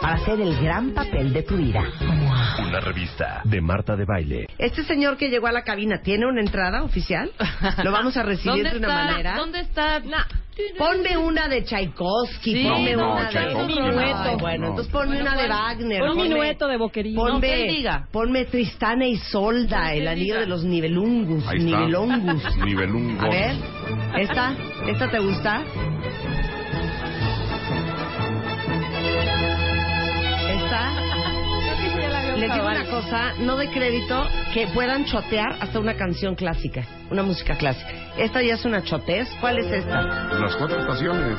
para hacer el gran papel de tu vida. Una revista de Marta de Baile. Este señor que llegó a la cabina, ¿tiene una entrada oficial? Lo vamos a recibir de ¿Dónde una está? manera. ¿Dónde está? Nah. Ponme una de Tchaikovsky, Sí, ponme no, una Tchaikovsky, de... no, Ay, no. bueno, entonces ponme Bueno, una de pon- Wagner. pon ponme- minueto de boquerín. No, Ponme, ¿qué diga? ponme Tristana y Solda, ¿Qué el anillo diga? de los nivelungus, Ahí está. nivelongus. Nivelungus. A ver, ¿esta? ¿Esta te gusta? ¿Esta? Les digo una cosa, no de crédito, que puedan chotear hasta una canción clásica, una música clásica. Esta ya es una chotez. ¿Cuál es esta? Las cuatro estaciones.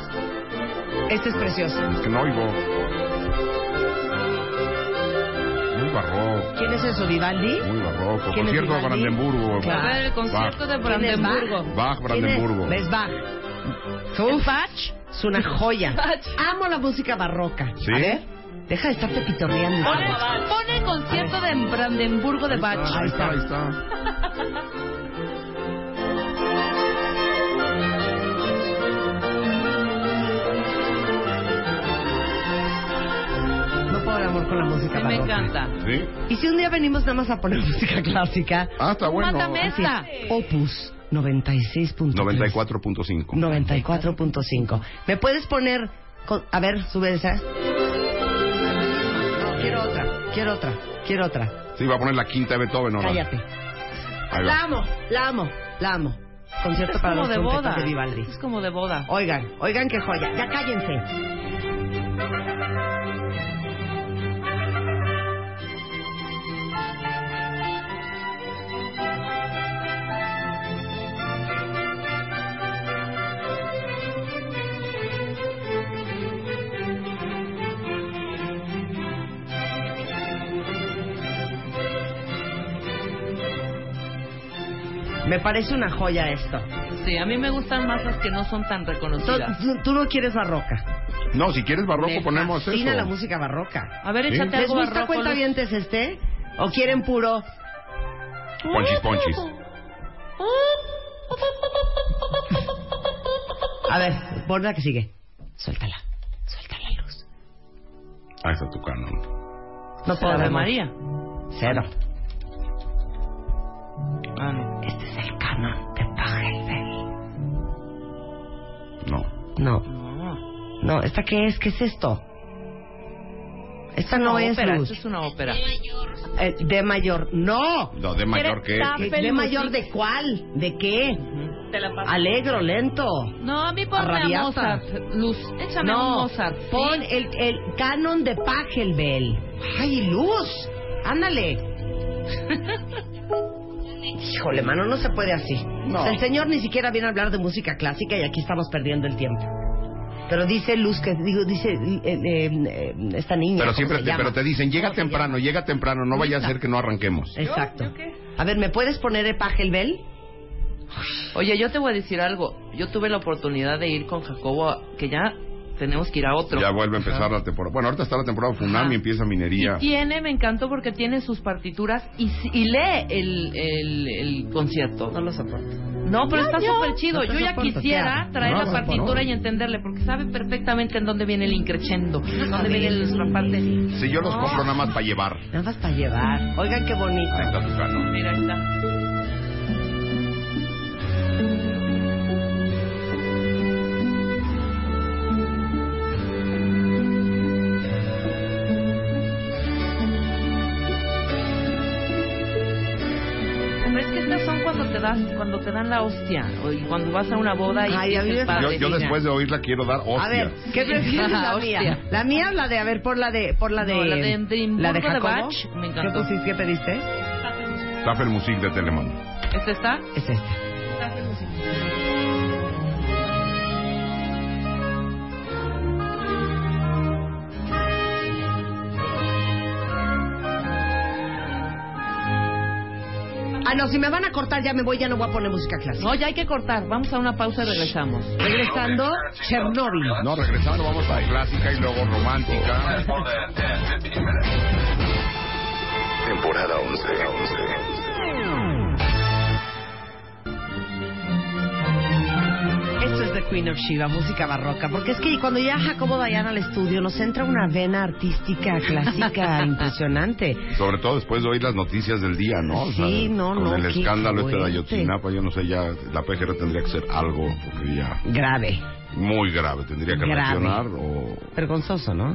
Esta es preciosa. Es que no oigo. Muy barroco, ¿Quién es eso, Vivaldi? muy barroco. ¿Quién es Concierto de Vivaldi? Brandenburgo. Claro. A ver, el concierto de ¿Quién es Brandenburgo. Bach, Brandenburgo. ¿Ves Bach? Es una joya. Bach. Amo la música barroca. ¿Sí? A ver, deja de estarte pitorreando. Pon el, pon el concierto de Brandenburgo de Bach. Ahí está, ahí está. No puedo el amor con la música Sí, me barroca. encanta. ¿Sí? Y si un día venimos nada más a poner música clásica, Ah, está bueno. Mátame así, esta. Opus 96.3. 94.5. 94.5. ¿Me puedes poner... con- A ver, sube esa. No, quiero otra, quiero otra, quiero otra. Sí, va a poner la quinta de Beethoven. ahora. Cállate. Ahí La va. amo, la amo, la amo. Concierto Es para como los de trompetas boda. de Vivaldi. Es como de boda. Oigan, oigan qué joya. Ya cállense. Me parece una joya esto. Sí, a mí me gustan más las que no son tan Tú, reconocidas. tú- tú no quieres barroca. No, si quieres barroco Me ponemos Pues eso. Fascina la música barroca. A ver, ¿Sí? échate ¿Les algo gusta barroco. cuenta Lu. vientes este? ¿O quieren puro? Ponchis, ponchis. A ver, pon la que sigue. Suéltala. Suelta la luz. Ahí está tu canon. No te la Ave damos. María. Cero. Ah, no. Este es el canon de Pachelbel. No. No, no, ¿esta qué es? ¿Qué es esto? Esta no, es ópera, luz. esto es una ópera. Eh, de mayor. ¡No! No, de mayor que ¿De, de mayor de cuál? ¿De qué? Te la paso. Alegro, lento. Mm. No, a mí ponme a Arrabiata. Mozart. Luz, échame un No, Mozart. ¿sí? pon el, el canon de Pachelbel. ¡Ay, luz! Ándale. Híjole, mano, no se puede así. No. O sea, el señor ni siquiera viene a hablar de música clásica y aquí estamos perdiendo el tiempo. Pero dice Luz, que digo, dice eh, eh, eh, esta niña. Pero ¿cómo siempre se te, llama? pero te dicen, llega ¿Cómo se temprano, llega temprano, no vaya a ser que no arranquemos. llama? Exacto. A ver, ¿me puedes poner el Pachelbel? Oye, yo te voy a decir algo. Yo tuve la oportunidad de ir con Jacobo, a- que ya tenemos que ir a otro. Ya vuelve a empezar la temporada. Bueno, ahorita está la temporada Funami, Ajá. empieza minería. Y tiene, me encantó porque tiene sus partituras y, si- y lee el, el, el concierto. No lo soporto. No, pero está súper chido. No te Yo ya soporto, te quisiera amo. traer No, la no, partitura no. y entenderle, porque sabe perfectamente en dónde viene el increchendo, dónde viene el rampante. Si yo los No. compro nada más para llevar. Nada más para llevar. Oigan, qué bonito. Ahí está tu canon. Mira, ahí está. das cuando te dan la hostia. O- Y cuando vas a una boda y Ay, a mí dices, me- Yo, "Padre, yo mira". después de oírla quiero dar hostia. Ah, A ver, ¿qué prefieres la mía? Hostia. ¿La mía o la de, a ver, por la de, por la de... No, la de- de la de Edimburgo de Jacobo? Bach, me ¿Qué encantó. pusiste, qué pediste? Tafel Music de Telemundo. ¿Esta está? Es esta. Ah, no, si me van a cortar ya me voy, ya no voy a poner música clásica. No, ya hay que cortar. Vamos a una pausa y regresamos. Regresando, Chernobyl. No, regresando vamos a clásica y luego romántica. Temporada 11. Esto es The Queen of Shiva, música barroca, porque es que cuando llega Jacobo Dayan al estudio nos entra una vena artística clásica impresionante. Sobre todo después de oír las noticias del día, ¿no? O sea, Sí, no, con no, el qué escándalo este de fuerte. Ayotzinapa, yo no sé, ya la PGR tendría que ser algo porque ya Grave, muy grave. Tendría que Grave. reaccionar o vergonzoso, ¿no?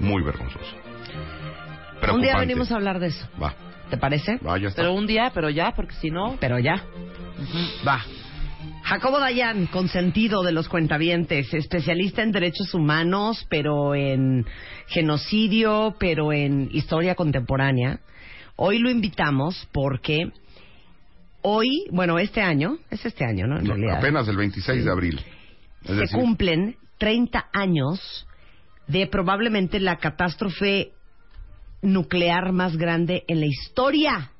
muy vergonzoso. Un día Preocupante. venimos a hablar de eso, Va, ¿te parece? va, ya está. Pero un día, pero ya, porque si no... Pero ya, va. Jacobo Dayan, consentido de los cuentavientes, especialista en derechos humanos, pero en genocidio, pero en historia contemporánea. Hoy lo invitamos porque hoy, bueno, este año, es este año, ¿no? En No, realidad. apenas el 26 de abril. Es se decir, cumplen 30 años de probablemente la catástrofe nuclear más grande en la historia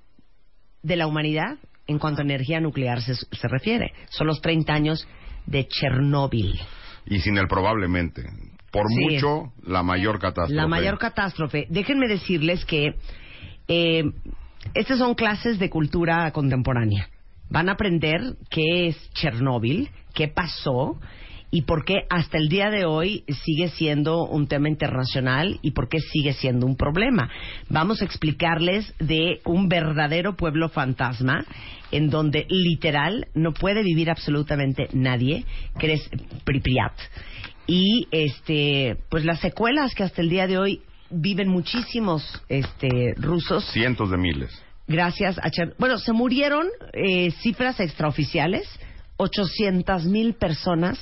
de la humanidad en cuanto a energía nuclear se, se refiere. Son los 30 años de Chernóbil. y sin el probablemente. Por Sí. mucho, la mayor catástrofe. La mayor catástrofe. Déjenme decirles que eh, estas son clases de cultura contemporánea. Van a aprender qué es Chernóbil, qué pasó y por qué hasta el día de hoy sigue siendo un tema internacional y por qué sigue siendo un problema. Vamos a explicarles de un verdadero pueblo fantasma en donde literal no puede vivir absolutamente nadie, que es Pripyat y este pues las secuelas que hasta el día de hoy viven muchísimos este rusos Cientos de miles. gracias a Cher- bueno se murieron eh, cifras extraoficiales 800 mil personas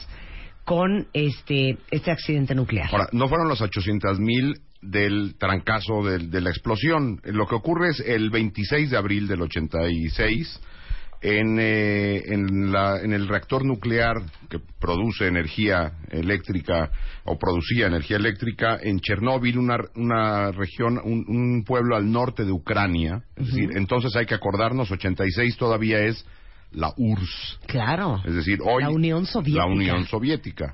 con este este accidente nuclear Ahora, no fueron los 800 mil del trancazo del- de la explosión. Lo que ocurre es el 26 de abril del 86, en, eh, en, la- en el reactor nuclear que produce energía eléctrica o producía energía eléctrica en Chernóbil, una, una región, un, un pueblo al norte de Ucrania. Es decir, entonces hay que acordarnos, 86 todavía es la URSS. claro Es decir, hoy. La Unión Soviética. La Unión Soviética.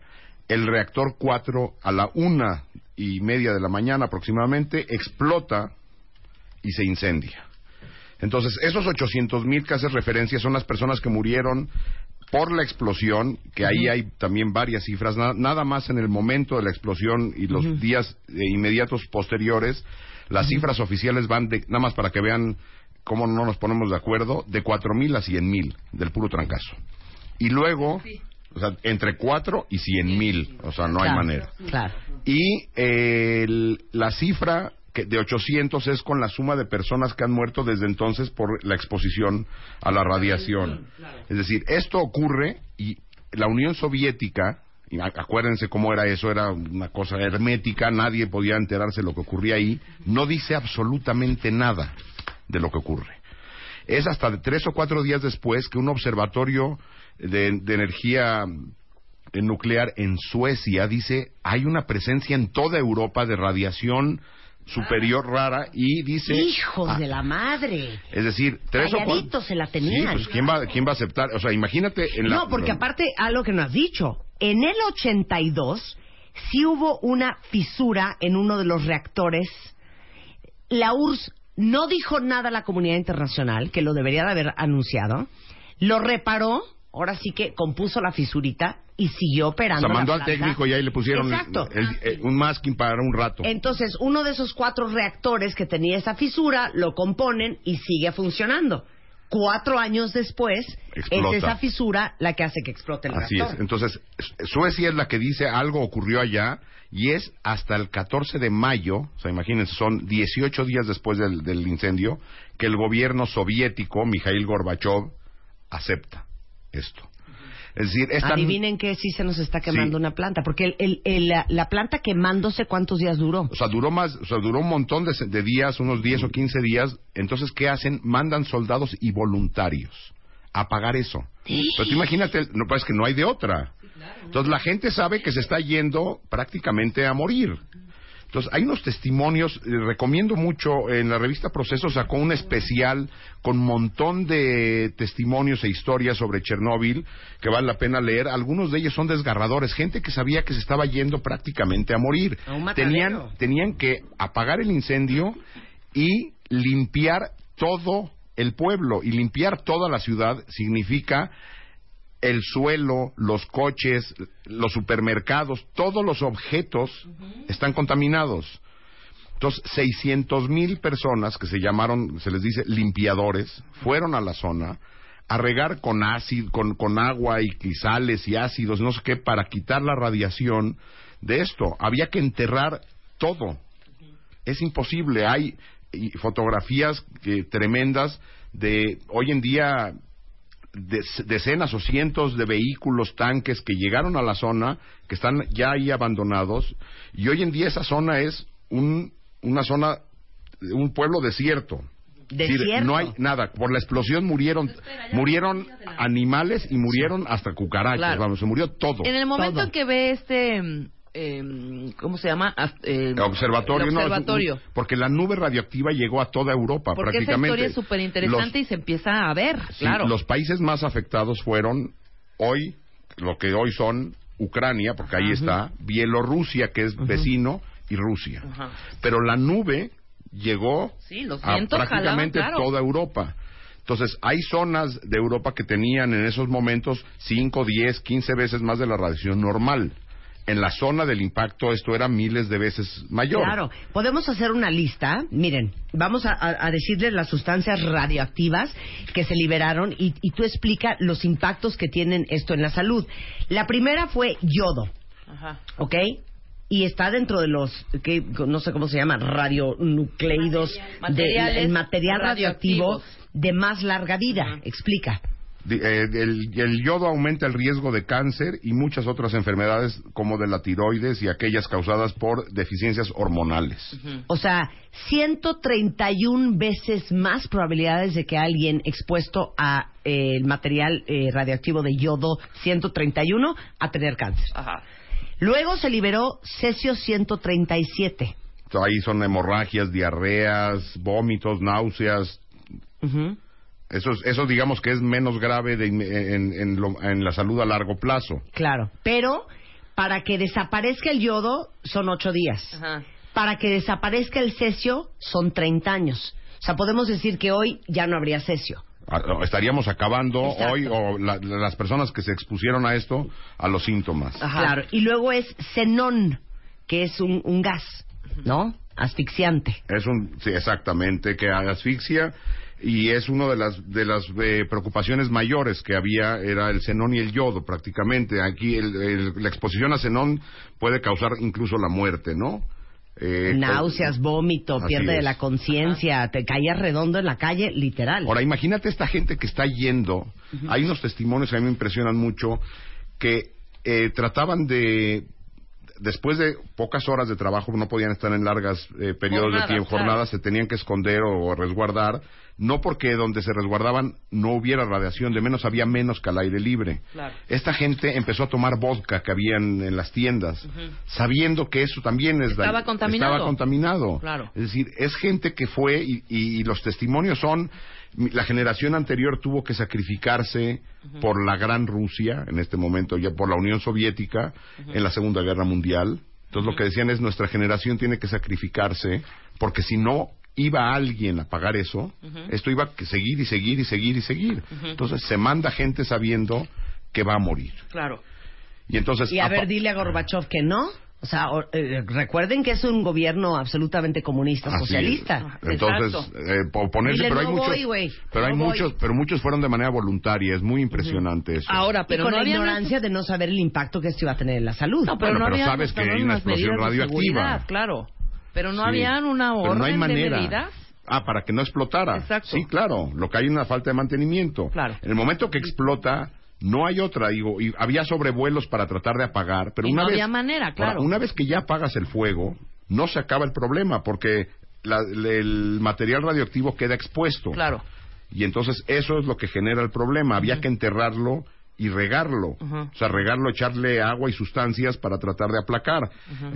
El reactor 4 a la una y media de la mañana aproximadamente explota y se incendia. Entonces, esos 800 mil que hace referencia son las personas que murieron por la explosión, que ahí hay también varias cifras, na- nada más en el momento de la explosión y los días eh, inmediatos posteriores, las cifras oficiales van de, nada más para que vean cómo no nos ponemos de acuerdo, de 4 mil a 100 mil del puro trancazo. Y luego, o sea, entre 4 y 100 mil, o sea, no hay Claro, manera. claro Y eh, el- la cifra que- de 800 es con la suma de personas que han muerto desde entonces por la exposición a la radiación. Es decir, esto ocurre y la Unión Soviética, y a- acuérdense cómo era eso, era una cosa hermética, nadie podía enterarse de lo que ocurría ahí, no dice absolutamente nada de lo que ocurre es hasta de tres o cuatro días después que un observatorio de, de energía mm, nuclear en Suecia dice hay una presencia en toda Europa de radiación superior rara y dice Ah. hijos Ah, de la madre es decir tres o cuatro Calladitos se la Sí, tenían pues, quién va quién va a aceptar o sea imagínate en la- no, porque aparte a lo que nos has dicho, en el 82 sí hubo una fisura en uno de los reactores. La URSS no dijo nada a la comunidad internacional, que lo debería de haber anunciado. Lo reparó, ahora sí que compuso la fisurita y siguió o operando. sea, mandó la al planta. técnico y ahí le pusieron Exacto. el- el- un masking para un rato Entonces, uno de esos cuatro reactores que tenía esa fisura lo componen y sigue funcionando. Cuatro años después, Explota. es esa fisura la que hace que explote el Así reactor. es. Entonces, Su- Suecia es la que dice algo ocurrió allá y es hasta el 14 de mayo, o sea, imagínense, son 18 días después del, del incendio, que el gobierno soviético, Mikhail Gorbachev, acepta esto. Es decir, es tan- Adivinen que sí se nos está quemando Sí. una planta, porque el, el- el- la, la planta quemándose, ¿cuántos días duró? O sea, duró más, o sea, duró un montón de, se- de días, unos 10 o 15 días. Entonces, ¿qué hacen? Mandan soldados y voluntarios a pagar eso. Pero tú imagínate, no parece que no hay de otra. Entonces, la gente sabe que se está yendo prácticamente a morir. Entonces, hay unos testimonios, eh, recomiendo mucho, en la revista Proceso sacó un especial con montón de testimonios e historias sobre Chernóbil que vale la pena leer. Algunos de ellos son desgarradores, gente que sabía que se estaba yendo prácticamente a morir. A un matadero. tenían, tenían que apagar el incendio y limpiar todo el pueblo. Y limpiar toda la ciudad significa el suelo, los coches, los supermercados, todos los objetos están contaminados. Entonces, 600 mil personas que se llamaron, se les dice limpiadores, fueron a la zona a regar con ácido, con, con agua y quizales y ácidos, no sé qué, para quitar la radiación de esto. Había que enterrar todo. Es imposible. Hay y, fotografías eh, tremendas de hoy en día des- decenas o cientos de vehículos, tanques que llegaron a la zona, que están ya ahí abandonados, y hoy en día esa zona es un, una zona, un pueblo desierto. Es decir, Desierto. no hay nada. Por la explosión murieron, murieron animales y murieron hasta cucarachas. Claro. Vamos, se murió todo. En el momento Todo. en que ve este, em, em, ¿cómo se llama? As- em, El observatorio, el no, observatorio. porque la nube radioactiva llegó a toda Europa Porque esa prácticamente. historia es súper interesante y se empieza a ver, Sí, claro. Los países más afectados fueron hoy, lo que hoy son Ucrania, porque ahí está, Bielorrusia, que es vecino, y Rusia. Ajá. Pero la nube llegó Sí, los a vientos prácticamente jalaban, claro. toda Europa. Entonces, hay zonas de Europa que tenían en esos momentos 5, 10, 15 veces más de la radiación normal. En la zona del impacto esto era miles de veces mayor. Claro, podemos hacer una lista. Miren, vamos a, a- a decirles las sustancias radioactivas que se liberaron y, y tú explica los impactos que tienen esto en la salud. La primera fue yodo, Ajá. ¿ok? Y está dentro de los, que no sé cómo se llama, radionucleidos, Materiales. de- el material radioactivo Radioactivos. de más larga vida. Ajá. Explica. Di- eh, el, el yodo aumenta el riesgo de cáncer y muchas otras enfermedades como de la tiroides y aquellas causadas por deficiencias hormonales. O sea, 131 veces más probabilidades de que alguien expuesto a eh, el material eh, radioactivo de yodo 131 a tener cáncer. Ajá. Luego se liberó cesio 137. Entonces, ahí son hemorragias, diarreas, vómitos, náuseas. Eso, es- eso digamos que es menos grave de inme- en, en lo- en la salud a largo plazo. Claro. Pero para que desaparezca el yodo son ocho días. Ajá. Para que desaparezca el cesio son 30 años. O sea, podemos decir que hoy ya no habría cesio. Ah, no, Estaríamos acabando Exacto. hoy o la- las personas que se expusieron a esto a los síntomas. Ajá. Claro. Y luego es xenón, que es un, un gas, ¿no? Asfixiante. Es un, sí, exactamente, que asfixia y es una de las, de las eh, preocupaciones mayores que había, era el xenón y el yodo prácticamente. Aquí el- el- la exposición a xenón puede causar incluso la muerte, ¿no? Eh, Náuseas, vómito, Así pierde de es. la conciencia, te caías redondo en la calle, literal. Ahora, imagínate esta gente que está yendo. Hay unos testimonios que a mí me impresionan mucho que eh, trataban de. Después de pocas horas de trabajo, no podían estar en largas eh, periodos Jornadas, de tiempo, claro. jornadas, se tenían que esconder o, resguardar. No porque donde se resguardaban no hubiera radiación, de menos había menos que al aire libre. Claro. Esta gente empezó a tomar vodka que había en, en las tiendas, sabiendo que eso también es Estaba daño- contaminado. Estaba contaminado. Claro. Es decir, es gente que fue y, y los testimonios son mi- la generación anterior tuvo que sacrificarse por la gran Rusia en este momento ya por la Unión Soviética en la Segunda Guerra Mundial. Entonces lo que decían es nuestra generación tiene que sacrificarse porque si no iba alguien a pagar eso, esto iba a seguir y seguir y seguir y seguir. Entonces se manda gente sabiendo que va a morir. Claro. Y entonces y a apa- ver, dile a Gorbachev que no. O sea, o- eh, recuerden que es un gobierno absolutamente comunista, Así es. socialista. Entonces, Exacto. eh, po- ponerse, Dile, pero hay "No muchos, voy, güey, pero no hay voy". muchos, pero muchos fueron de manera voluntaria. Es muy impresionante eso. Ahora, Y pero con no la había ignorancia de no saber el impacto que esto iba a tener en la salud. No, pero Bueno, no pero había sabes que hay una explosión radioactiva. Claro, pero no Sí. habían una Pero orden no hay de manera. medidas Ah, para que no explotara. Exacto. Sí, claro. Lo que hay es una falta de mantenimiento. Claro. En el momento que explota, no hay otra. Digo, y había sobrevuelos para tratar de apagar, pero Y una no vez. había manera, Ahora, claro. una vez que ya apagas el fuego, no se acaba el problema porque la- el material radioactivo queda expuesto. Claro. Y entonces eso es lo que genera el problema. Había que enterrarlo y regarlo. Ujú. O sea, regarlo, echarle agua y sustancias para tratar de aplacar.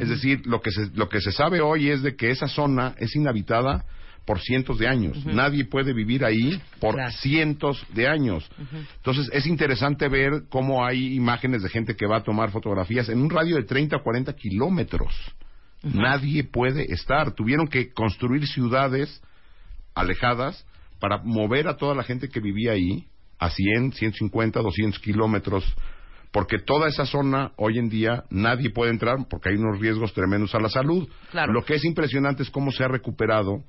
Es decir, lo que, se, lo que se sabe hoy es de que esa zona es inhabitada por cientos de años. Nadie puede vivir ahí por Claro. cientos de años. Entonces, es interesante ver cómo hay imágenes de gente que va a tomar fotografías en un radio de 30 o 40 kilómetros. Nadie puede estar. Tuvieron que construir ciudades alejadas para mover a toda la gente que vivía ahí a 100, 150, 200 kilómetros, porque toda esa zona hoy en día nadie puede entrar porque hay unos riesgos tremendos a la salud. Claro. Lo que es impresionante es cómo se ha recuperado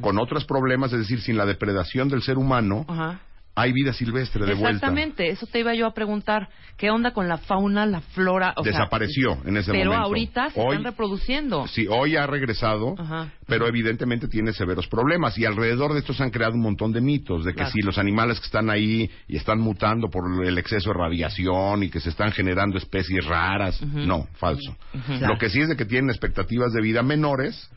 con otros problemas, es decir, sin la depredación del ser humano, Ajá. hay vida silvestre de vuelta. Exactamente, eso te iba yo a preguntar. ¿Qué onda con la fauna, la flora? O sea, Desapareció en ese Pero momento. ahorita se Hoy- están reproduciendo. Sí, hoy ha regresado, Ajá. pero evidentemente tiene severos problemas y alrededor de esto se han creado un montón de mitos de que Claro. si los animales que están ahí y están mutando por el exceso de radiación y que se están generando especies raras, no, falso. Lo que sí es de que tienen expectativas de vida menores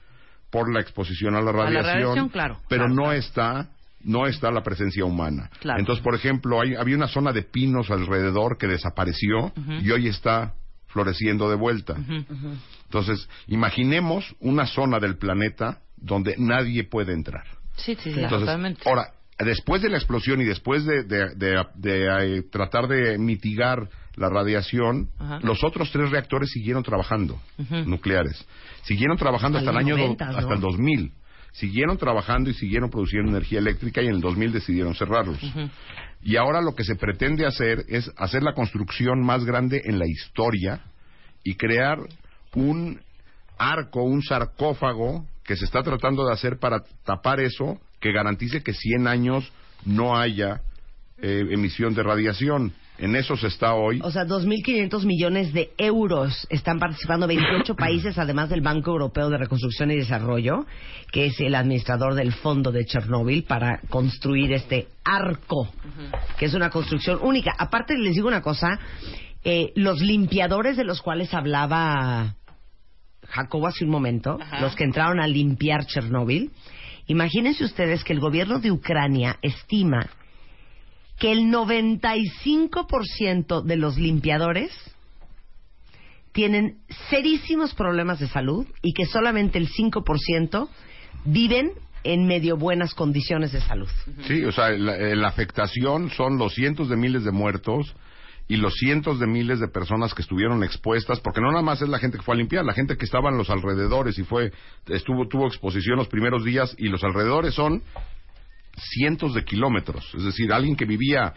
por la exposición a la la radiación, radiación, claro, pero claro, no claro. está no está la presencia humana. Claro. Entonces, por ejemplo, hay, había una zona de pinos alrededor que desapareció y hoy está floreciendo de vuelta. Entonces, imaginemos una zona del planeta donde nadie puede entrar. Sí, sí, sí, Entonces, totalmente. Ahora, después de la explosión y después de, de- de- de, eh, tratar de mitigar la radiación, Ajá. los otros tres reactores siguieron trabajando, nucleares. Siguieron trabajando hasta, Hasta el los año do- 90, ¿no? hasta el 2000. Siguieron trabajando y siguieron produciendo energía eléctrica y en el 2000 decidieron cerrarlos. Y ahora lo que se pretende hacer es hacer la construcción más grande en la historia y crear un arco, un sarcófago que se está tratando de hacer para tapar eso, que garantice que 100 años no haya eh, emisión de radiación. En eso se está hoy. O sea, 2.500 millones de euros están participando 28 países, además del Banco Europeo de Reconstrucción y Desarrollo, que es el administrador del fondo de Chernóbil para construir este arco, que es una construcción única. Aparte, les digo una cosa, eh, los limpiadores de los cuales hablaba Jacobo hace un momento, Ajá. los que entraron a limpiar Chernóbil, imagínense ustedes que el gobierno de Ucrania estima que el 95% de los limpiadores tienen serísimos problemas de salud y que solamente el 5% viven en medio buenas condiciones de salud. Sí, o sea, la, eh, la afectación son los cientos de miles de muertos y los cientos de miles de personas que estuvieron expuestas, porque no nada más es la gente que fue a limpiar, la gente que estaba en los alrededores y fue estuvo tuvo exposición los primeros días y los alrededores son cientos de kilómetros, es decir, alguien que vivía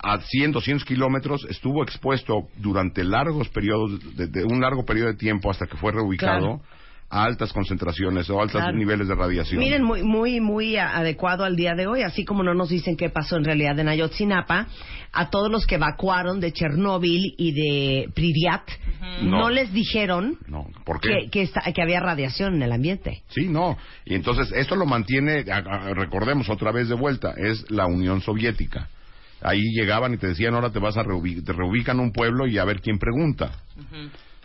a 100, 200 kilómetros estuvo expuesto durante largos periodos de, de un largo periodo de tiempo hasta que fue reubicado Claro. a altas concentraciones o altos Claro. niveles de radiación. Miren, muy, muy, muy a- adecuado al día de hoy, así como no nos dicen qué pasó en realidad en Ayotzinapa, a todos los que evacuaron de Chernóbil y de Pripyat, no. No. les dijeron no, ¿por qué? que, que esta- que había radiación en el ambiente. Sí, no. Y entonces esto lo mantiene, a- a- recordemos otra vez de vuelta, es la Unión Soviética. Ahí llegaban y te decían, ahora te vas a reubicar, te reubican a un pueblo y a ver quién pregunta.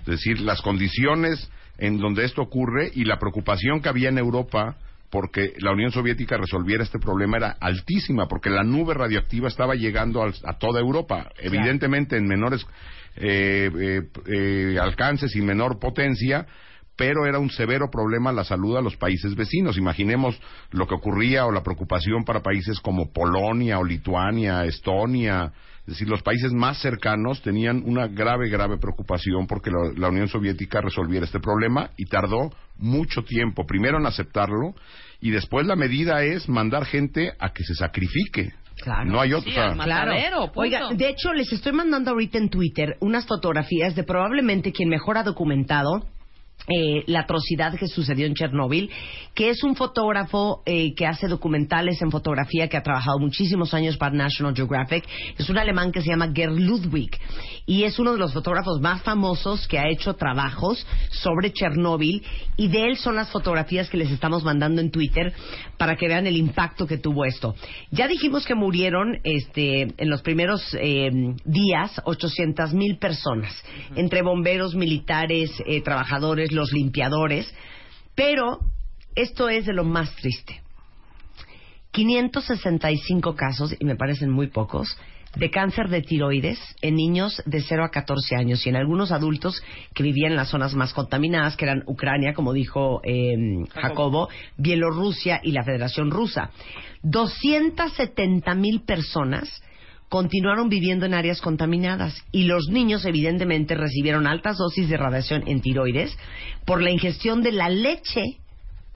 Es decir, las condiciones en donde esto ocurre y la preocupación que había en Europa porque la Unión Soviética resolviera este problema era altísima, porque la nube radioactiva estaba llegando al- a toda Europa, evidentemente en menores eh, eh, eh, alcances y menor potencia, pero era un severo problema la salud a los países vecinos. Imaginemos lo que ocurría o la preocupación para países como Polonia o Lituania, Estonia, es decir, los países más cercanos tenían una grave, grave preocupación porque la, la Unión Soviética resolviera este problema y tardó mucho tiempo, primero en aceptarlo y después la medida es mandar gente a que se sacrifique. Claro. No hay otro. Sí, al matadero, punto. Oiga, de hecho, les estoy mandando ahorita en Twitter unas fotografías de probablemente quien mejor ha documentado eh, la atrocidad que sucedió en Chernóbil, que es un fotógrafo eh, que hace documentales en fotografía, que ha trabajado muchísimos años para National Geographic. Es un alemán que se llama Gerd Ludwig y es uno de los fotógrafos más famosos que ha hecho trabajos sobre Chernóbil y de él son las fotografías que les estamos mandando en Twitter para que vean el impacto que tuvo esto. Ya dijimos que murieron este, en los primeros eh, días 800 mil personas, entre bomberos, militares, eh, trabajadores, los limpiadores, pero esto es de lo más triste. 565 casos, y me parecen muy pocos, de cáncer de tiroides en niños de 0 a 14 años y en algunos adultos que vivían en las zonas más contaminadas, que eran Ucrania, como dijo eh, Jacobo, Bielorrusia y la Federación Rusa. 270 mil personas continuaron viviendo en áreas contaminadas y los niños evidentemente recibieron altas dosis de radiación en tiroides por la ingestión de la leche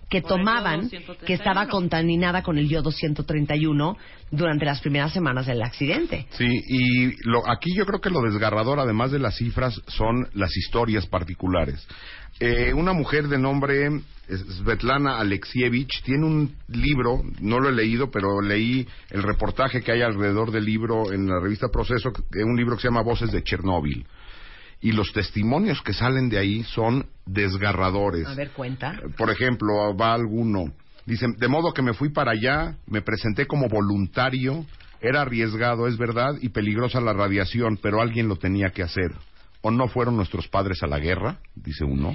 que Por el yodo tomaban que estaba 131. contaminada con el yodo 131 durante las primeras semanas del accidente. Sí, y lo, aquí yo creo que lo desgarrador, además de las cifras, son las historias particulares. Eh, una mujer de nombre Svetlana Alexievich tiene un libro, no lo he leído, pero leí el reportaje que hay alrededor del libro en la revista Proceso, que- un libro que se llama Voces de Chernóbil. Y los testimonios que salen de ahí son desgarradores. A ver, cuenta. Por ejemplo, va alguno. Dicen, de modo que me fui para allá, me presenté como voluntario, era arriesgado, es verdad, y peligrosa la radiación, pero alguien lo tenía que hacer. ¿O no fueron nuestros padres a la guerra? Dice uno.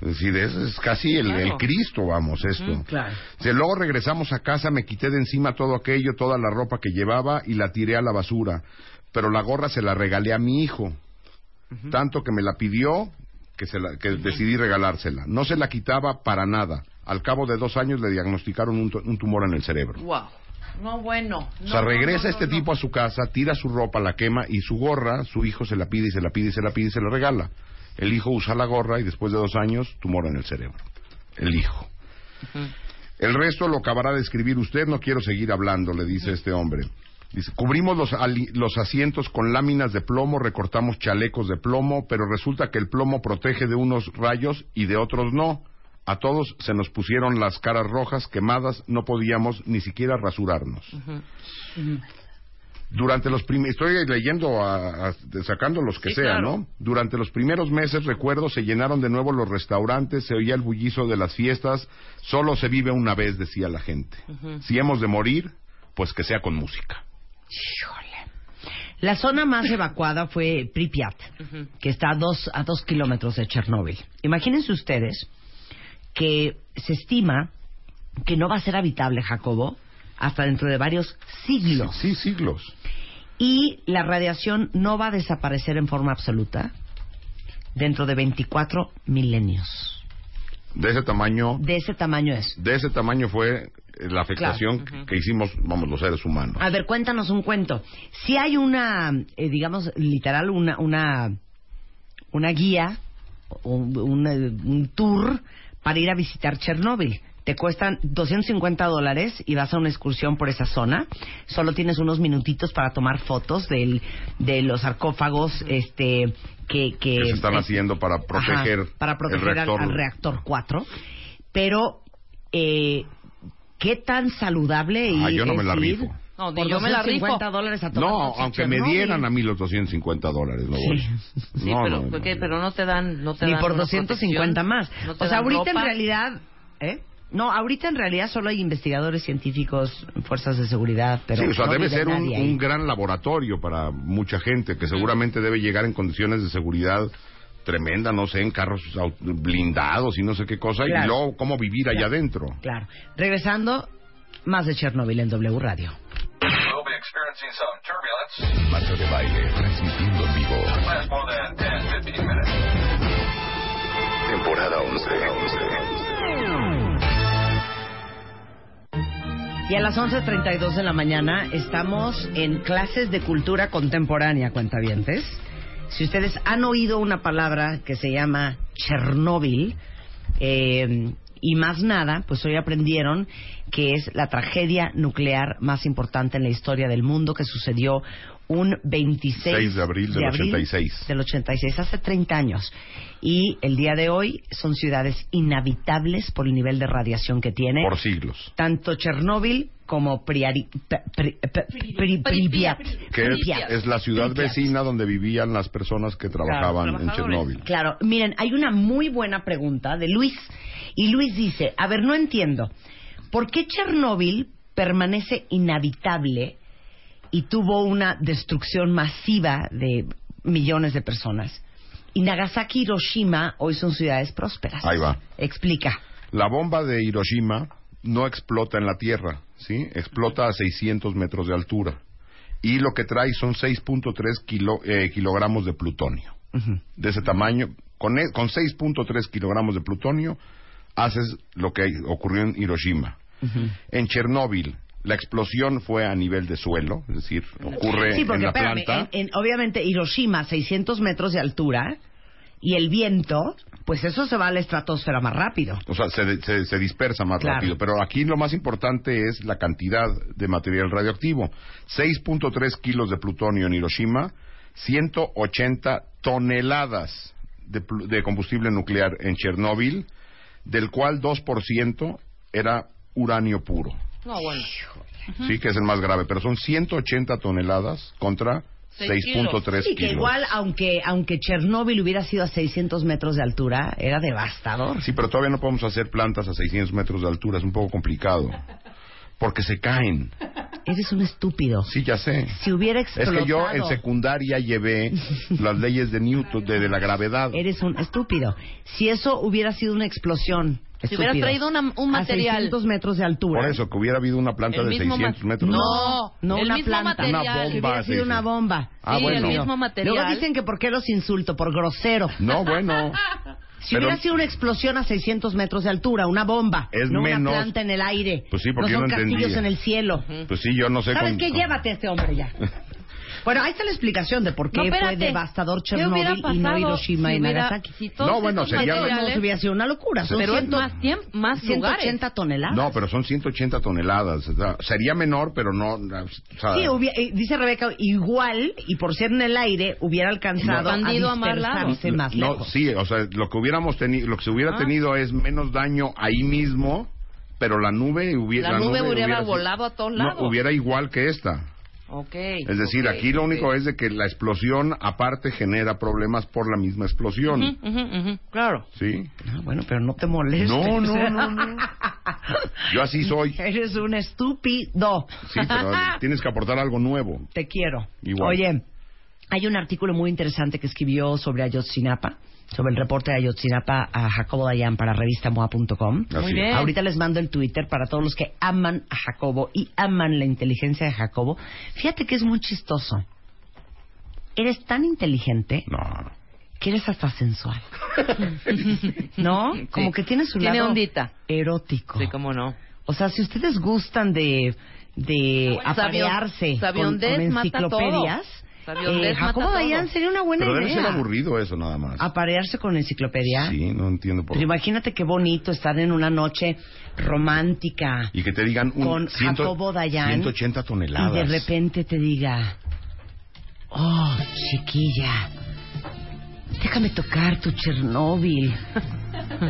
Es decir, es, es casi el, el Claro. Cristo, vamos, esto. claro. Dice, luego regresamos a casa, me quité de encima todo aquello, toda la ropa que llevaba y la tiré a la basura. Pero la gorra se la regalé a mi hijo. Tanto que me la pidió que, se la- que decidí regalársela. No se la quitaba para nada. Al cabo de dos años le diagnosticaron un, tu- un tumor en el cerebro. Wow. No, bueno. o sea, No, regresa no, no, este no. tipo a su casa, tira su ropa, la quema y su gorra, su hijo se la pide y se la pide y se la pide y se la regala. El hijo usa la gorra y después de dos años, tumor en el cerebro. El hijo. El resto lo acabará de escribir usted, no quiero seguir hablando, le dice este hombre. Dice, cubrimos los, ali- los asientos con láminas de plomo, recortamos chalecos de plomo, pero resulta que el plomo protege de unos rayos y de otros no. A todos se nos pusieron las caras rojas, quemadas, no podíamos ni siquiera rasurarnos. Durante los primeros, estoy leyendo, a- a- de- sacando los que Sí, sea, claro. ¿no? Durante los primeros meses, recuerdo, se llenaron de nuevo los restaurantes, se oía el bullizo de las fiestas, solo se vive una vez, decía la gente. Si hemos de morir, pues que sea con música. Híjole. La zona más evacuada fue Pripyat, que está a dos, a dos kilómetros de Chernóbil. Imagínense ustedes que se estima que no va a ser habitable Jacobo hasta dentro de varios siglos. Sí, siglos. Y la radiación no va a desaparecer en forma absoluta dentro de 24 milenios. De ese tamaño, De ese tamaño es. de ese tamaño fue eh, la afectación que hicimos, vamos, los seres humanos. A ver, cuéntanos un cuento. Si hay una, eh, digamos, literal, una, una, una guía, o un, un, eh, un tour para ir a visitar Chernóbil. Te cuestan 250 dólares y vas a una excursión por esa zona. Solo tienes unos minutitos para tomar fotos del, de los sarcófagos este, que, que, que se están eh, haciendo para proteger, Ajá, para proteger el reactor. Al, al reactor 4. Pero, eh, ¿qué tan saludable Ah, y yo no me la es ir rifo. No, por yo me la rifo. 250 dólares a tomar No, fotos a aunque me Chernóbil? dieran a mí los 250 dólares, no voy. Sí, No, pero, no, no. ¿qué? pero no te dan. No te Ni dan por una 250 protección, más. no te o sea, dan ahorita en ropa. realidad... ¿eh? No, ahorita en realidad solo hay investigadores científicos, fuerzas de seguridad, pero sí, o sea, no debe vive ser un, nadie ahí. Mm. un gran laboratorio para mucha gente que seguramente debe llegar en condiciones de seguridad tremenda, no sé, en carros au- blindados y no sé qué cosa, y Claro. luego cómo vivir allá adentro. Claro. Regresando, más de Chernobyl en W Radio. We'll be experiencing some turbulence. Marta de Baile, transmitiendo en vivo. Last more than 10, 15 minutes. Temporada 11. Y a las 11.32 de la mañana estamos en clases de cultura contemporánea, cuentavientes. Si ustedes han oído una palabra que se llama Chernóbil, eh, y más nada, pues hoy aprendieron que es la tragedia nuclear más importante en la historia del mundo que sucedió un 26 6 de abril del 86. del 86, hace 30 años. Y el día de hoy son ciudades inhabitables por el nivel de radiación que tiene. Por siglos. Tanto Chernóbil como Priari- P- Pri- P- Pri- Pripyat. Que es, Pripyat. es la ciudad Pripyat. vecina donde vivían las personas que trabajaban en trabajadores. Chernóbil. Claro, miren, hay una muy buena pregunta de Luis. Y Luis dice, a ver, no entiendo, ¿por qué Chernóbil permanece inhabitable y tuvo una destrucción masiva de millones de personas? Y Nagasaki y Hiroshima hoy son ciudades prósperas. Ahí va. Explica. La bomba de Hiroshima no explota en la Tierra, ¿sí? Explota a 600 metros de altura. Y lo que trae son 6.3 kilo- eh, kilogramos de plutonio. De ese tamaño, con, e- con 6.3 kilogramos de plutonio, haces lo que ocurrió en Hiroshima. En Chernóbil, la explosión fue a nivel de suelo, es decir, ocurre sí, porque en la espérame, planta. en- en- obviamente Hiroshima, 600 metros de altura, y el viento, pues eso se va a la estratosfera más rápido. O sea, se, se- se dispersa más Claro. rápido. Pero aquí lo más importante es la cantidad de material radioactivo. 6.3 kilos de plutonio en Hiroshima, 180 toneladas de, plu- de combustible nuclear en Chernóbil, del cual 2% era uranio puro. No, bueno. Sí, que es el más grave. Pero son 180 toneladas contra Seis 6.3 Sí, que kilos. igual, aunque, aunque Chernóbil hubiera sido a 600 metros de altura, era devastador. Sí, pero todavía no podemos hacer plantas a 600 metros de altura. Es un poco complicado. Porque se caen. Eres un estúpido. Sí, ya sé. Si hubiera Es explotado, que yo en secundaria llevé las leyes de Newton, de, de la gravedad. eres un estúpido. Si eso hubiera sido una explosión, Si hubiera estúpido, traído una- un a material. 600 metros de altura. Por eso, que hubiera habido una planta El de mismo 600 ma- metros. No. No, El una mismo planta, material. Una bomba. hubiera sido sí, una sí. bomba. Ah, sí, bueno. el mismo material. Luego dicen que por qué los insulto, por grosero. No, bueno. Si Pero- hubiera sido una explosión a 600 metros de altura, una bomba, Es no una menos- planta en el aire, Pues sí, porque yo no son no castillos entendía. en el cielo. Pues sí, yo no sé. ¿Sabes con- qué? con- Llévate a este hombre ya. Bueno, ahí está la explicación de por qué No, fue espérate. devastador ¿Qué hubiera Chernóbil y no pasado Hiroshima si y hubiera- Nagasaki. si todos No, bueno, estos sería- materiales- No, se hubiera sido una locura. Son Pero es 100, más tiempo, más 180 lugares. toneladas. No, pero son 180 toneladas. o sea, sería menor, pero no. o sea, Sí, hubi- eh, dice Rebeca, igual, y por ser en el aire, hubiera alcanzado a Expandido a más dispersarse no, más lejos. sí, o sea, lo que hubiéramos tenido, lo que se hubiera Ah. tenido es menos daño ahí mismo, pero la nube hubiera. La nube hubiera sido- volado a todos No, lados. hubiera igual que esta. Ok. Es decir, aquí lo único es de que la explosión aparte genera problemas por la misma explosión, Claro. ¿sí? Ah, bueno, pero no te molestes. No, no, no, no. Yo así soy, Eres un estúpido. sí, pero tienes que aportar algo nuevo. Te quiero. Igual. Oye, hay un artículo muy interesante que escribió sobre Ayotzinapa, sobre el reporte de Ayotzinapa a Jacobo Dayan para revistamoa.com. Así Muy es. bien. Ahorita les mando el Twitter para todos los que aman a Jacobo y aman la inteligencia de Jacobo. Fíjate que es muy chistoso. Eres tan inteligente No, que eres hasta sensual. ¿No? Sí. Como que tienes un Tiene lado ondita. erótico. Sí, cómo no. O sea, si ustedes gustan de, de bueno, aparearse sabion- con, sabiondez con mata todo. enciclopedias, Sabiondez eh, Jacobo mata todo. Dayan sería una buena pero debe ser idea. aburrido eso nada más. Aparearse con enciclopedia. Sí, no entiendo por Pero imagínate qué bonito estar en una noche romántica Y que te digan un con ciento- Jacobo Dayan 180 toneladas. y de repente te diga, oh, chiquilla, déjame tocar tu Chernóbil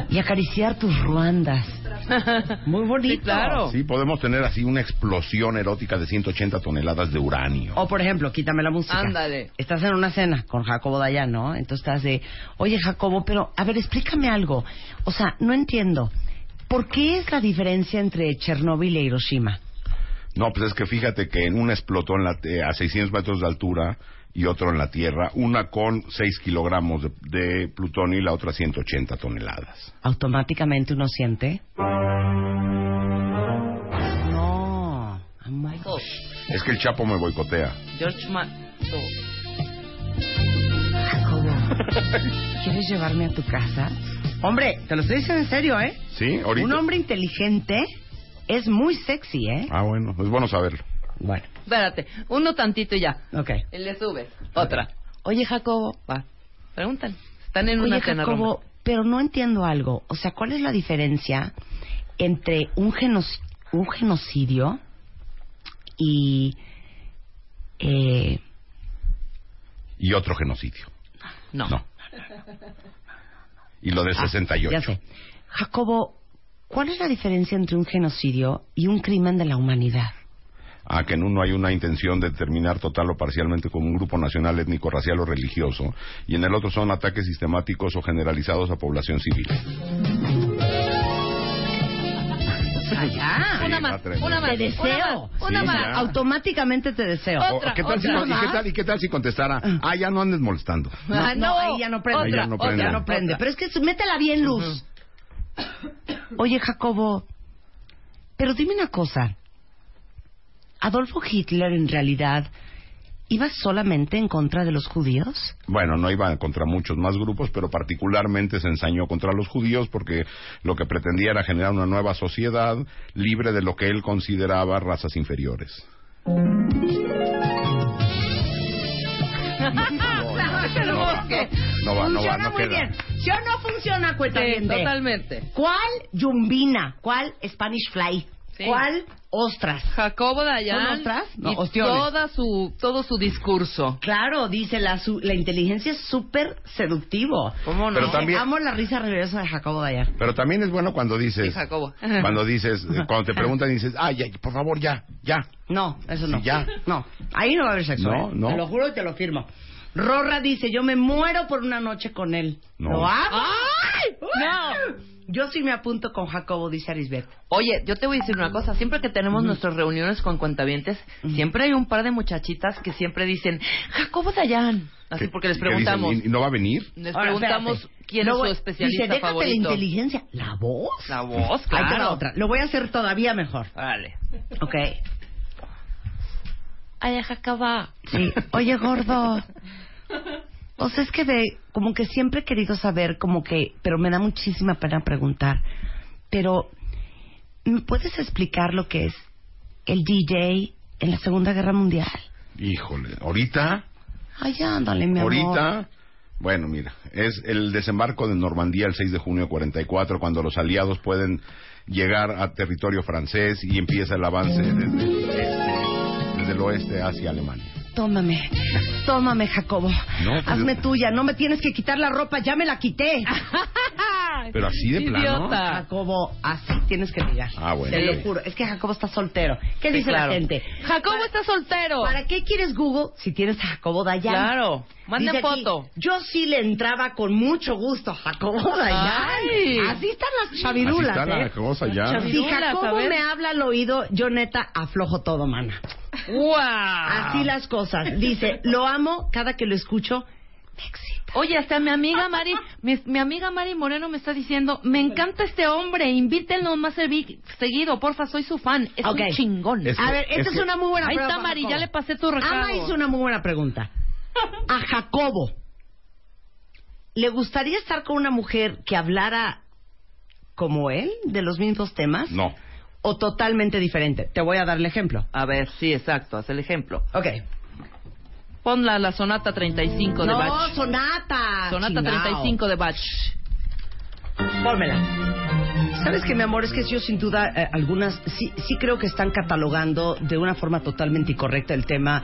y acariciar tus ruandas. Muy bonito. Sí, claro. Sí, podemos tener así una explosión erótica de 180 toneladas de uranio. O por ejemplo, quítame la música. Ándale. Estás en una cena con Jacobo Dayan, ¿no? Entonces estás de, oye Jacobo, pero a ver, explícame algo. O sea, no entiendo. ¿Por qué es la diferencia entre Chernóbil e Hiroshima? No, pues es que fíjate que en una explotó en la, eh, a 600 metros de altura y otro en la Tierra, una con 6 kilogramos de, de plutonio y la otra 180 toneladas. Automáticamente uno siente. No, amor. Oh, Es que el Chapo me boicotea. George Ma... oh. Jacobo, ¿quieres llevarme a tu casa? Hombre, te lo estoy diciendo en serio, ¿eh? ¿Sí? Ahorita. Un hombre inteligente es muy sexy, ¿eh? Ah, bueno, es bueno saberlo. Bueno, Espérate, uno tantito y ya. ok. Él le sube. Otra. Oye, Jacobo. Va. Preguntan. Están en una Oye, cena Jacobo, pero no entiendo algo. O sea, ¿cuál es la diferencia entre un, genoc- un genocidio y... eh, Y otro genocidio. No. No. Y lo de ah, 68. ya sé. Jacobo, ¿cuál es la diferencia entre un genocidio y un crimen de la humanidad? a Ah, que en uno hay una intención de terminar total o parcialmente con un grupo nacional, étnico, racial o religioso, y en el otro son ataques sistemáticos o generalizados a población civil. Ah, Allá. Sí, Una más, está tremendo. una Te más. deseo. Una Sí, más. ya. Automáticamente te deseo. O- Otra, ¿qué, tal si, otra ¿y más. qué tal, ¿Y qué tal si contestara? Ah, ya no andes molestando. Ah, no, ahí ya no prende. Otra, Ahí ya no otra, prende. Ya no prende. Pero es que es- métela bien luz. Oye, Jacobo, pero dime una cosa. ¿Adolfo Hitler en realidad iba solamente en contra de los judíos? Bueno, no iba contra muchos más grupos, pero particularmente se ensañó contra los judíos porque lo que pretendía era generar una nueva sociedad libre de lo que él consideraba razas inferiores. Pero no va, es que no va, no va, funciona no muy queda. bien. ¿Sí o no funciona, Sí, cuentaviente? totalmente. ¿Cuál yumbina? ¿Cuál Spanish fly? Sí. ¿Cuál ostras? Jacobo ¿Son Dayan ostras? No, y ostiones. toda su, todo su discurso. Claro, dice, la, su- la inteligencia es súper seductivo. ¿Cómo no? Pero también- Eh, Amo la risa nerviosa de Jacobo Dayar. Pero también es bueno cuando Sí, dices, Jacobo. cuando dices, eh, cuando te preguntan y dices, ay, ay, por favor, ya, ya. No, eso no. Sí, ya. No, ahí no va a haber sexo. No, ¿eh? no. Te lo juro y te lo firmo. Rorra dice, yo me muero por una noche con él. No. ¿Lo amo? No. Yo sí me apunto con Jacobo, dice Arisbet. Oye, yo te voy a decir una cosa. Siempre que tenemos nuestras reuniones con cuentavientes, siempre hay un par de muchachitas que siempre dicen, Jacobo Dayan. Así Que- porque les que dicen, preguntamos. ¿y- y ¿No va a venir? Les Ahora, preguntamos espérate. quién Lo es voy- su especialista Dice, déjate favorito. la inteligencia. ¿La voz? La voz, Ahí te va claro. otra. Lo voy a hacer todavía mejor. Vale. Ok. Ay, Jacaba. Sí. Oye, gordo. O sea, es que de, como que siempre he querido saber, como que, pero me da muchísima pena preguntar. Pero, ¿me puedes explicar lo que es el DJ en la Segunda Guerra Mundial? Híjole, ahorita, Ay, ándale, mi amor. ahorita. Bueno, mira, es el desembarco de Normandía el 6 de junio de 44, cuando los aliados pueden llegar a territorio francés y empieza el avance desde el, este- desde el oeste hacia Alemania. Tómame, tómame, Jacobo. No, pues Hazme yo- Ah. tuya, no me tienes que quitar la ropa, ya me la quité. Pero así de plano. Idiota. Jacobo, así tienes que ligar. Ah, bueno. Te lo Sí. juro. Es que Jacobo está soltero. ¿Qué Sí, dice claro. la gente? Jacobo está soltero. ¿Para qué quieres Google si tienes a Jacobo Dayan? Claro. Manda Dice aquí, foto. yo sí le entraba con mucho gusto a Jacobo Dayan. Ay. Así están las Así chavirulas, está ¿eh? la cosa ya. Chavi- Si Chavirulas, a Jacobo ver. me habla al oído, yo neta aflojo todo, mana. ¡Wow! Ah. Así las cosas. Dice, lo amo cada que lo escucho. Me excita. Oye, hasta mi amiga Mari, mi, mi amiga Mari Moreno me está diciendo, me encanta este hombre, invítenlo más servi- seguido, porfa, soy su fan, es Ok. un chingón. Es- a ver, esta es es, que- una muy buena Ahí pregunta. está Mari, ya le pasé tu recado. Ama hizo una muy buena pregunta. A Jacobo, ¿le gustaría estar con una mujer que hablara como él, de los mismos temas? No. ¿O totalmente diferente? Te voy a dar el ejemplo. A ver, sí, exacto. Haz el ejemplo. Ok. Ponla la sonata 35 de Bach. No, Sonata. sonata chingao. 35 de Bach. Pónmela. ¿Sabes qué, mi amor? Es que yo sin duda eh, algunas sí, sí creo que están catalogando de una forma totalmente incorrecta el tema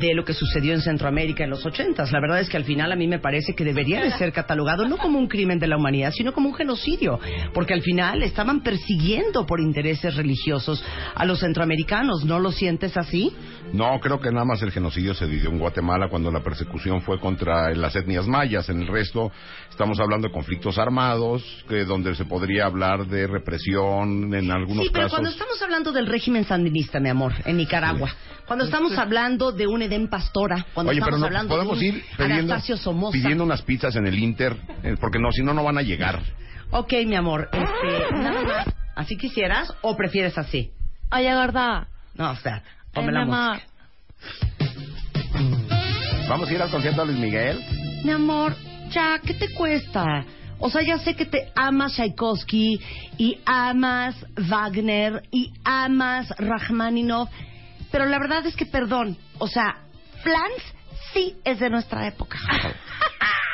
de lo que sucedió en Centroamérica en los ochentas. La verdad es que al final a mí me parece que debería de ser catalogado no como un crimen de la humanidad, sino como un genocidio, porque al final estaban persiguiendo por intereses religiosos a los centroamericanos. ¿No lo sientes así? No, creo que nada más el genocidio se dio en Guatemala cuando la persecución fue contra las etnias mayas. En el resto estamos hablando de conflictos armados, que donde se podría hablar de represión en algunos Sí, pero casos. cuando estamos hablando del régimen sandinista, mi amor, en Nicaragua, cuando estamos hablando de un Edén Pastora, cuando Oye, pero estamos no hablando podemos de un ir pidiendo, Anastasio Somoza. pidiendo unas pizzas en el Inter, eh, porque no, si no, no van a llegar. Ok, mi amor, este, nada más. ¿Así quisieras o prefieres así? Oye, gorda, No, o sea, ay, ponme mi la amor, música. Vamos a ir al concierto de Luis Miguel. Mi amor, ya, ¿qué te cuesta? O sea, ya sé que te amas Tchaikovsky y amas Wagner y amas Rachmaninoff, pero la verdad es que, perdón, o sea, Flans sí es de nuestra época.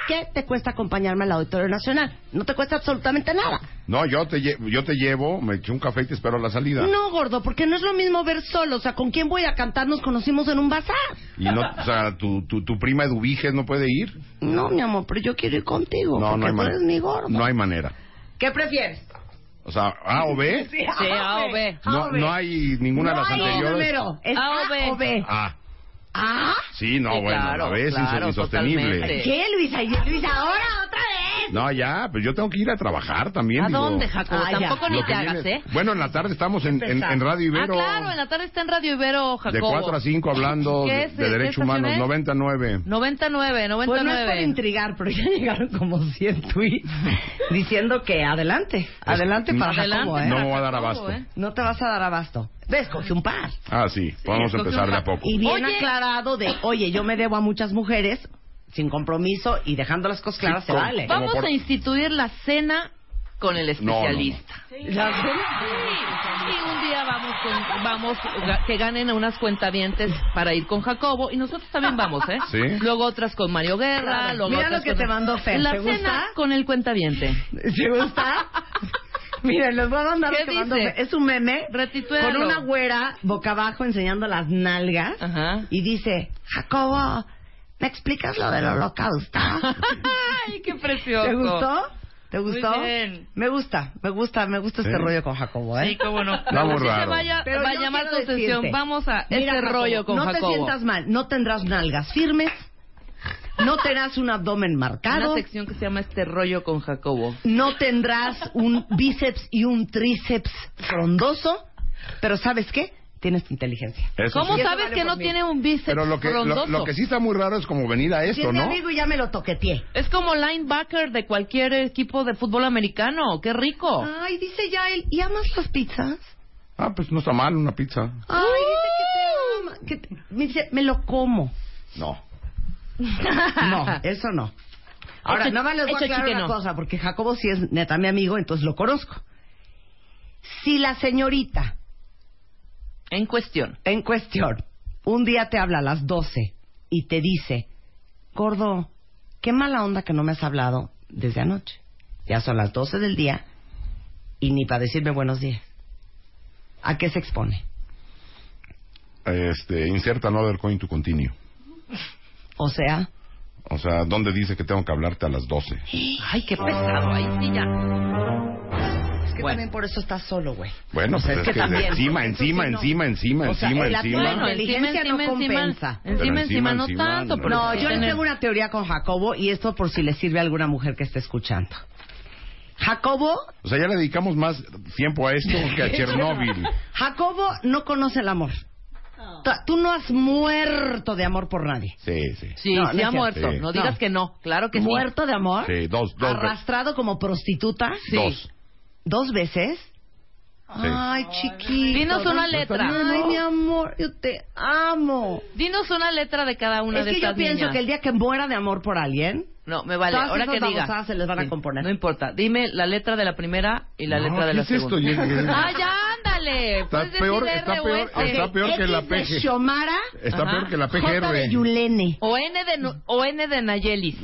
¿qué te cuesta acompañarme al Auditorio Nacional? No te cuesta absolutamente nada. No, yo te, lle- yo te llevo, me echo un café y te espero a la salida. No, gordo, porque no es lo mismo ver solo. O sea, ¿con quién voy a cantar? Nos conocimos en un bazar. Y no, o sea, tu, tu, tu prima Eduviges no puede ir. No, mi amor, pero yo quiero ir contigo. No, porque no hay tú manera. eres mi gordo. No hay manera. ¿Qué prefieres? O sea, A o B. Sí, A o B. No, no hay ninguna de las anteriores. Es A, o B. Ah, ¿Ah? sí, no, Sí, bueno, claro, a la vez claro, insostenible. totalmente. ¿Qué, Luisa? ¿Y Luisa ahora otra vez? No, ya, pues yo tengo que ir a trabajar también. ¿A digo. dónde, Jacobo? Ah, ya. Tampoco Lo ni que te hagas, viene- ¿eh? Bueno, en la tarde estamos en, en- en Radio Ibero. Ah, claro, en la tarde está en Radio Ibero, Jacobo. de 4 a 5 hablando ¿Qué de, es? de eh? ¿Qué derechos estación humanos, es? 99. 99, 99. Pues no es por intrigar, pero ya llegaron como 100 tweets diciendo que adelante, adelante para Adelante Jacobo, ¿eh? No para me voy a dar Jacobo, abasto. ¿eh? No te vas a dar abasto. Ves, cogí un par. Ah, sí, vamos a escoge empezar un de a pa- poco. Y bien Oye. aclarado de, oye, yo me debo a muchas mujeres, sin compromiso y dejando las cosas claras, se con- vale. con- Vamos Como por- a instituir la cena Con el No, no, no. especialista. La- y un día vamos con- vamos ga- que ganen unas cuentavientes para ir con Jacobo y nosotros también vamos, ¿eh? Sí. Luego otras con Mario Guerra, Claro. luego Mira otras lo que con- te mandó Fer, La ¿te cena gusta? con el cuentaviente. ¿Te gusta? Miren, les voy a mandar ¿Qué lo que mandó dice? Fer. Es un meme Retituéalo. con una güera boca abajo enseñando las nalgas Ajá. y dice, Jacobo, ¿me explicas lo del holocausto? Ay, qué precioso. ¿Te gustó? ¿Te Muy gustó? bien. Me gusta, me gusta, me gusta este Sí. rollo con Jacobo, ¿eh? Sí, cómo no. Está muy Así se raro. vaya, Pero va a yo llamar tu quiero decirte, atención. Vamos a mira, este Jacobo, rollo con no Jacobo. te sientas mal, no tendrás nalgas firmes, no tendrás un abdomen marcado, Una sección que se llama Este rollo con Jacobo. no tendrás un bíceps y un tríceps frondoso, pero ¿sabes qué? Tienes tu inteligencia. Eso ¿Cómo sí. sabes vale que por no mí. tiene un bíceps Pero lo que, lo- frondoso? lo que sí está muy raro es como venir a Si es esto, mi ¿no? amigo y ya me lo toqueteé. Es como linebacker de cualquier equipo de fútbol americano. ¡Qué rico! Ay, dice ya él, ¿y amas las pizzas? Ah, pues no está mal una pizza. Ay, dice que te ama, que te- Me dice, me lo como. No. No, eso no. Ahora, Eso- nada más les voy a eso aclarar sí que una no. cosa, porque Jacobo sí es neta mi amigo, entonces lo conozco. Si la señorita En cuestión. en cuestión un día te habla a las 12 y te dice, Gordo, qué mala onda que no me has hablado desde anoche. Ya son las 12 del día y ni para decirme buenos días. ¿A qué se expone? Este, inserta another coin to continue. O sea, O sea, ¿dónde dice que tengo que hablarte a las 12? Ay, qué pesado. Ahí sí ya. es que Bueno. también por eso estás solo, güey. Bueno, O sea, pues es, es que que, también, encima, porque eso encima, sí no. encima, encima, O sea, encima, el encima. atuendo, el- inteligencia no compensa. Encima, encima, encima, no encima, tanto. no. pero No, sí yo les tener- tengo una teoría con Jacobo y esto por si le sirve a alguna mujer que esté escuchando. Jacobo, O sea, ya le dedicamos más tiempo a esto que a Chernóbil. Jacobo no conoce el amor. Oh. Ta- Tú no has muerto de amor por nadie. Sí, sí. Sí, No, no sí es ha cierto. muerto. Sí. No digas No. que no. Claro que sí. ¿Muerto de amor? Sí, dos, dos. ¿Arrastrado como prostituta? Sí. Dos. ¿Dos veces? Ay, chiquito. Dinos una letra. Ay, mi amor, yo te amo. Dinos una letra de cada una es de que yo estas pienso niñas. que el día que muera de amor por alguien, No, me vale. Todas Ahora esas que diga. babosadas se les van a Sí, componer. No importa. Dime la letra de la primera y la No, letra de ¿qué la es esto? segunda. Yo- ¡Ah, ya, ándale! Pues Está Puedes peor, decir está R o peor, S. está peor que la X de PG. Xiomara, Está Ajá. peor que la J de PGR. Yulene. O N de, nu- o N de Nayelis.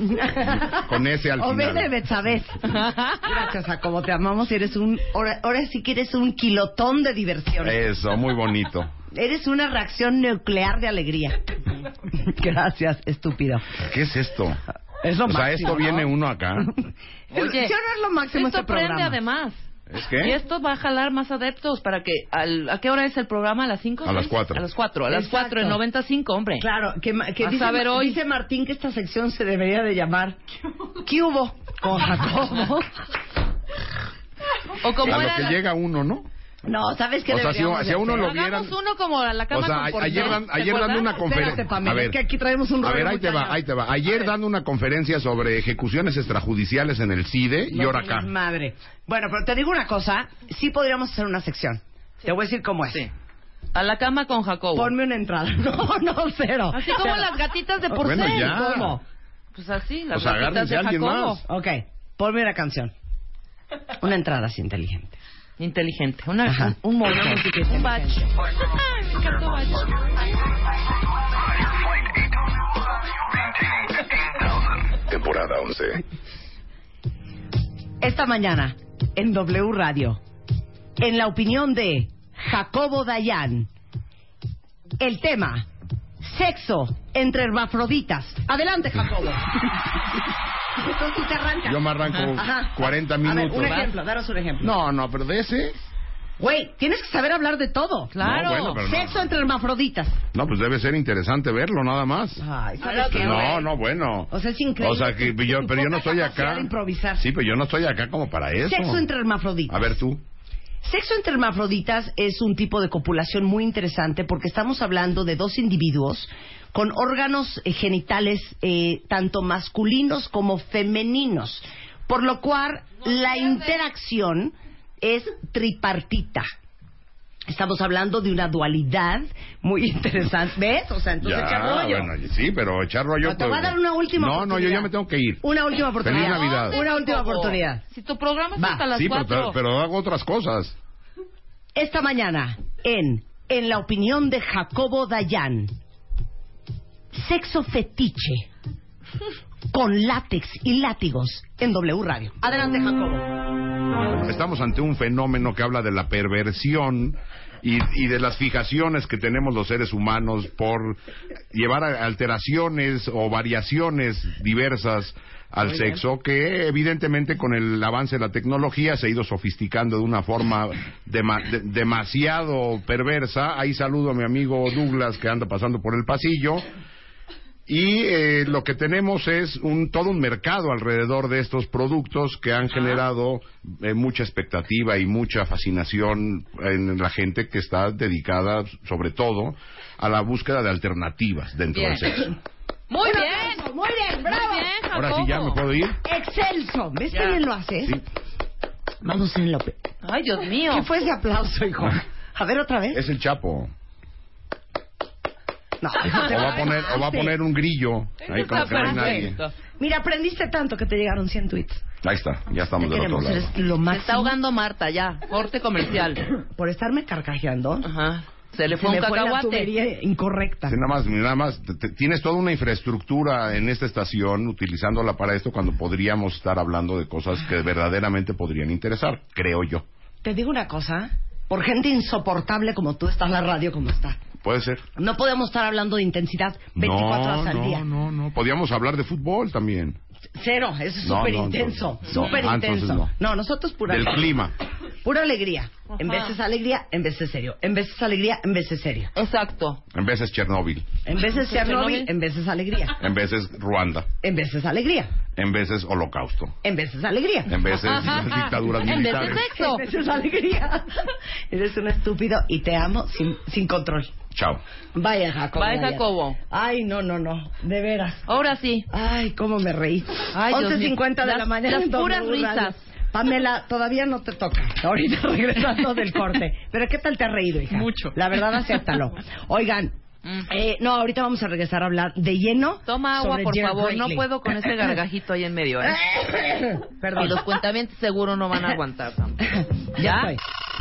Con ese al O final. vete, Betsabé. Gracias, Jacobo. Te amamos. Eres un. Ahora, ahora sí que eres un kilotón de diversión. Eso, muy bonito. Eres una reacción nuclear de alegría. Gracias, estúpido. ¿Qué es esto? Es lo o sea, máximo, esto ¿no? viene uno acá. Oye, Yo no es lo máximo Esto este prende programa. además. ¿Es Y que? esto va a jalar más adeptos para que... Al, ¿A qué hora es el programa? ¿A las 5? A las cuatro. A las 4. A las Exacto. 4 en 95, hombre. Claro, que, ma- que A dice, saber Ma- hoy. dice Martín que esta sección se debería de llamar ¿Qué hubo? Con Jacobo. O como A lo era... que la- llega uno, ¿no? No, ¿sabes qué O sea, si- deberíamos si a de uno hacer? lo vieran- Hagamos uno como a la cama O sea, con a- ayer, dan, Portland, ¿te ayer acuerdas? dando una Espérate, conferencia. Pamela, es que aquí traemos un A rollo ver, ahí muy te va, cañón. ahí te va. Ayer dando una conferencia sobre ejecuciones extrajudiciales en el CIDE E y No ahora tienes acá. Madre. Bueno, pero te digo una cosa, sí podríamos hacer una sección. Te voy a decir cómo es. Sí. A la cama con Jacobo. Ponme una entrada. No, no, cero. Así como Cero. las gatitas de Porcel. Ah, bueno, ya. ¿Cómo? Pues así, las O sea, gatitas agárrense de a alguien Jacobo. más. Ok, ponme una canción. Una entrada así inteligente. Inteligente. Una, Ajá. Un mono. Un batch. Ay, me encantó batch. Flight 8, maintaining 15,000. temporada 11. Esta mañana, en W Radio, en la opinión de Jacobo Dayan, el tema, sexo entre hermafroditas. Adelante, Jacobo. Entonces tú te arrancas. Yo me arranco 40 minutos. A ver, un ejemplo, daros un ejemplo. No, no, pero de ese. Güey, tienes que saber hablar de todo. Claro. bueno, pero no. Sexo entre hermafroditas. No, pues debe ser interesante verlo, nada más. Ay, ¿sabes Pues qué, no, güey? no, bueno. O sea, es increíble. O sea, que Tu- yo- tu pero yo no poca estoy capacidad acá. de improvisar. Sí, pero yo no estoy acá como para eso. Sexo entre hermafroditas. A ver tú. Sexo entre hermafroditas es un tipo de copulación muy interesante porque estamos hablando de dos individuos con órganos eh, genitales eh, tanto masculinos como femeninos, por lo cual la interacción es tripartita. Estamos hablando de una dualidad muy interesante. ¿Ves? O sea, entonces, ¿qué rollo? bueno, sí, pero echar rollo. Pero te pues- voy a dar una última No, no, yo ya me tengo que ir. Una última oportunidad. Feliz Navidad. Una última oportunidad. Si tu programa es Va. hasta las sí, pero, cuatro. te- pero hago otras cosas. Esta mañana, en En la opinión de Jacobo Dayan, sexo fetiche con látex y látigos en W Radio. Adelante, Jacobo. Estamos ante un fenómeno que habla de la perversión y, y de las fijaciones que tenemos los seres humanos por llevar a- alteraciones o variaciones diversas al sexo que evidentemente con el avance de la tecnología se ha ido sofisticando de una forma dema- de- demasiado perversa. Ahí saludo a mi amigo Douglas que anda pasando por el pasillo. Y eh, lo que tenemos es un, todo un mercado alrededor de estos productos que han generado eh, mucha expectativa y mucha fascinación en la gente que está dedicada, sobre todo, a la búsqueda de alternativas dentro Bien. del sexo. Muy Un bien. aplauso, Muy bien, bravo. Muy bien, Ahora sí, ya me Jacobo. puedo ir. Excelso. ¿Ves Ya. qué bien lo haces? Sí. Vamos en la... opi- Ay, Dios mío. ¿Qué fue ese aplauso, hijo? A ver, otra vez. Ah. Es el Chapo. No, O va a poner, o va a poner un grillo. Ahí Está como que no hay nadie. perfecto. Mira, aprendiste tanto que te llegaron 100 tweets. Ahí está, ya estamos Te del otro queremos, lado. eres lo Se está máximo. ahogando Marta ya. Corte comercial. Por estarme carcajeando, Ajá. Se le se fue me un fue la cacahuate. tubería incorrecta. Sí, nada más, nada más, te- te- tienes toda una infraestructura en esta estación utilizándola para esto cuando podríamos estar hablando de cosas que verdaderamente podrían interesar, creo yo. Te digo una cosa, por gente insoportable como tú está la radio como está. Puede ser. No podemos estar hablando de intensidad 24 no, horas al no, día. no, no. Podíamos hablar de fútbol también. Cero, eso es No, súper no, no, intenso, no. súper Ah, entonces intenso. no. nosotros pura Del clima. pura alegría. En Ajá. veces alegría, en veces serio. En veces alegría, en veces serio. Exacto. En veces Chernóbil, En veces Chernobyl, Chernobyl. en veces alegría. en veces Ruanda, En veces alegría, en veces Holocausto, en veces alegría. en veces dictaduras En vez militares. de sexo. En veces alegría. Eres un estúpido y te amo sin, sin control. Chao. Vaya Jacobo. Vaya, Jacobo. Ay, no, no, no. De veras. Ahora sí. Ay, cómo me reí. Ay, Dios 11.50 de mío. la mañana. Las- en las puras W Radio. risas. Pamela, todavía no te toca. Ahorita regresando del corte. Pero ¿qué tal te has reído, hija? Mucho. La verdad, acéptalo. Oigan, Mm. eh, no, ahorita vamos a regresar a hablar de lleno. Toma agua, sobre por Jerry favor. No Brinkley. puedo con ese gargajito ahí en medio, ¿eh? Y Perdón. los cuentamientos seguro no van a aguantar. tampoco. Ya ¿Ya? estoy.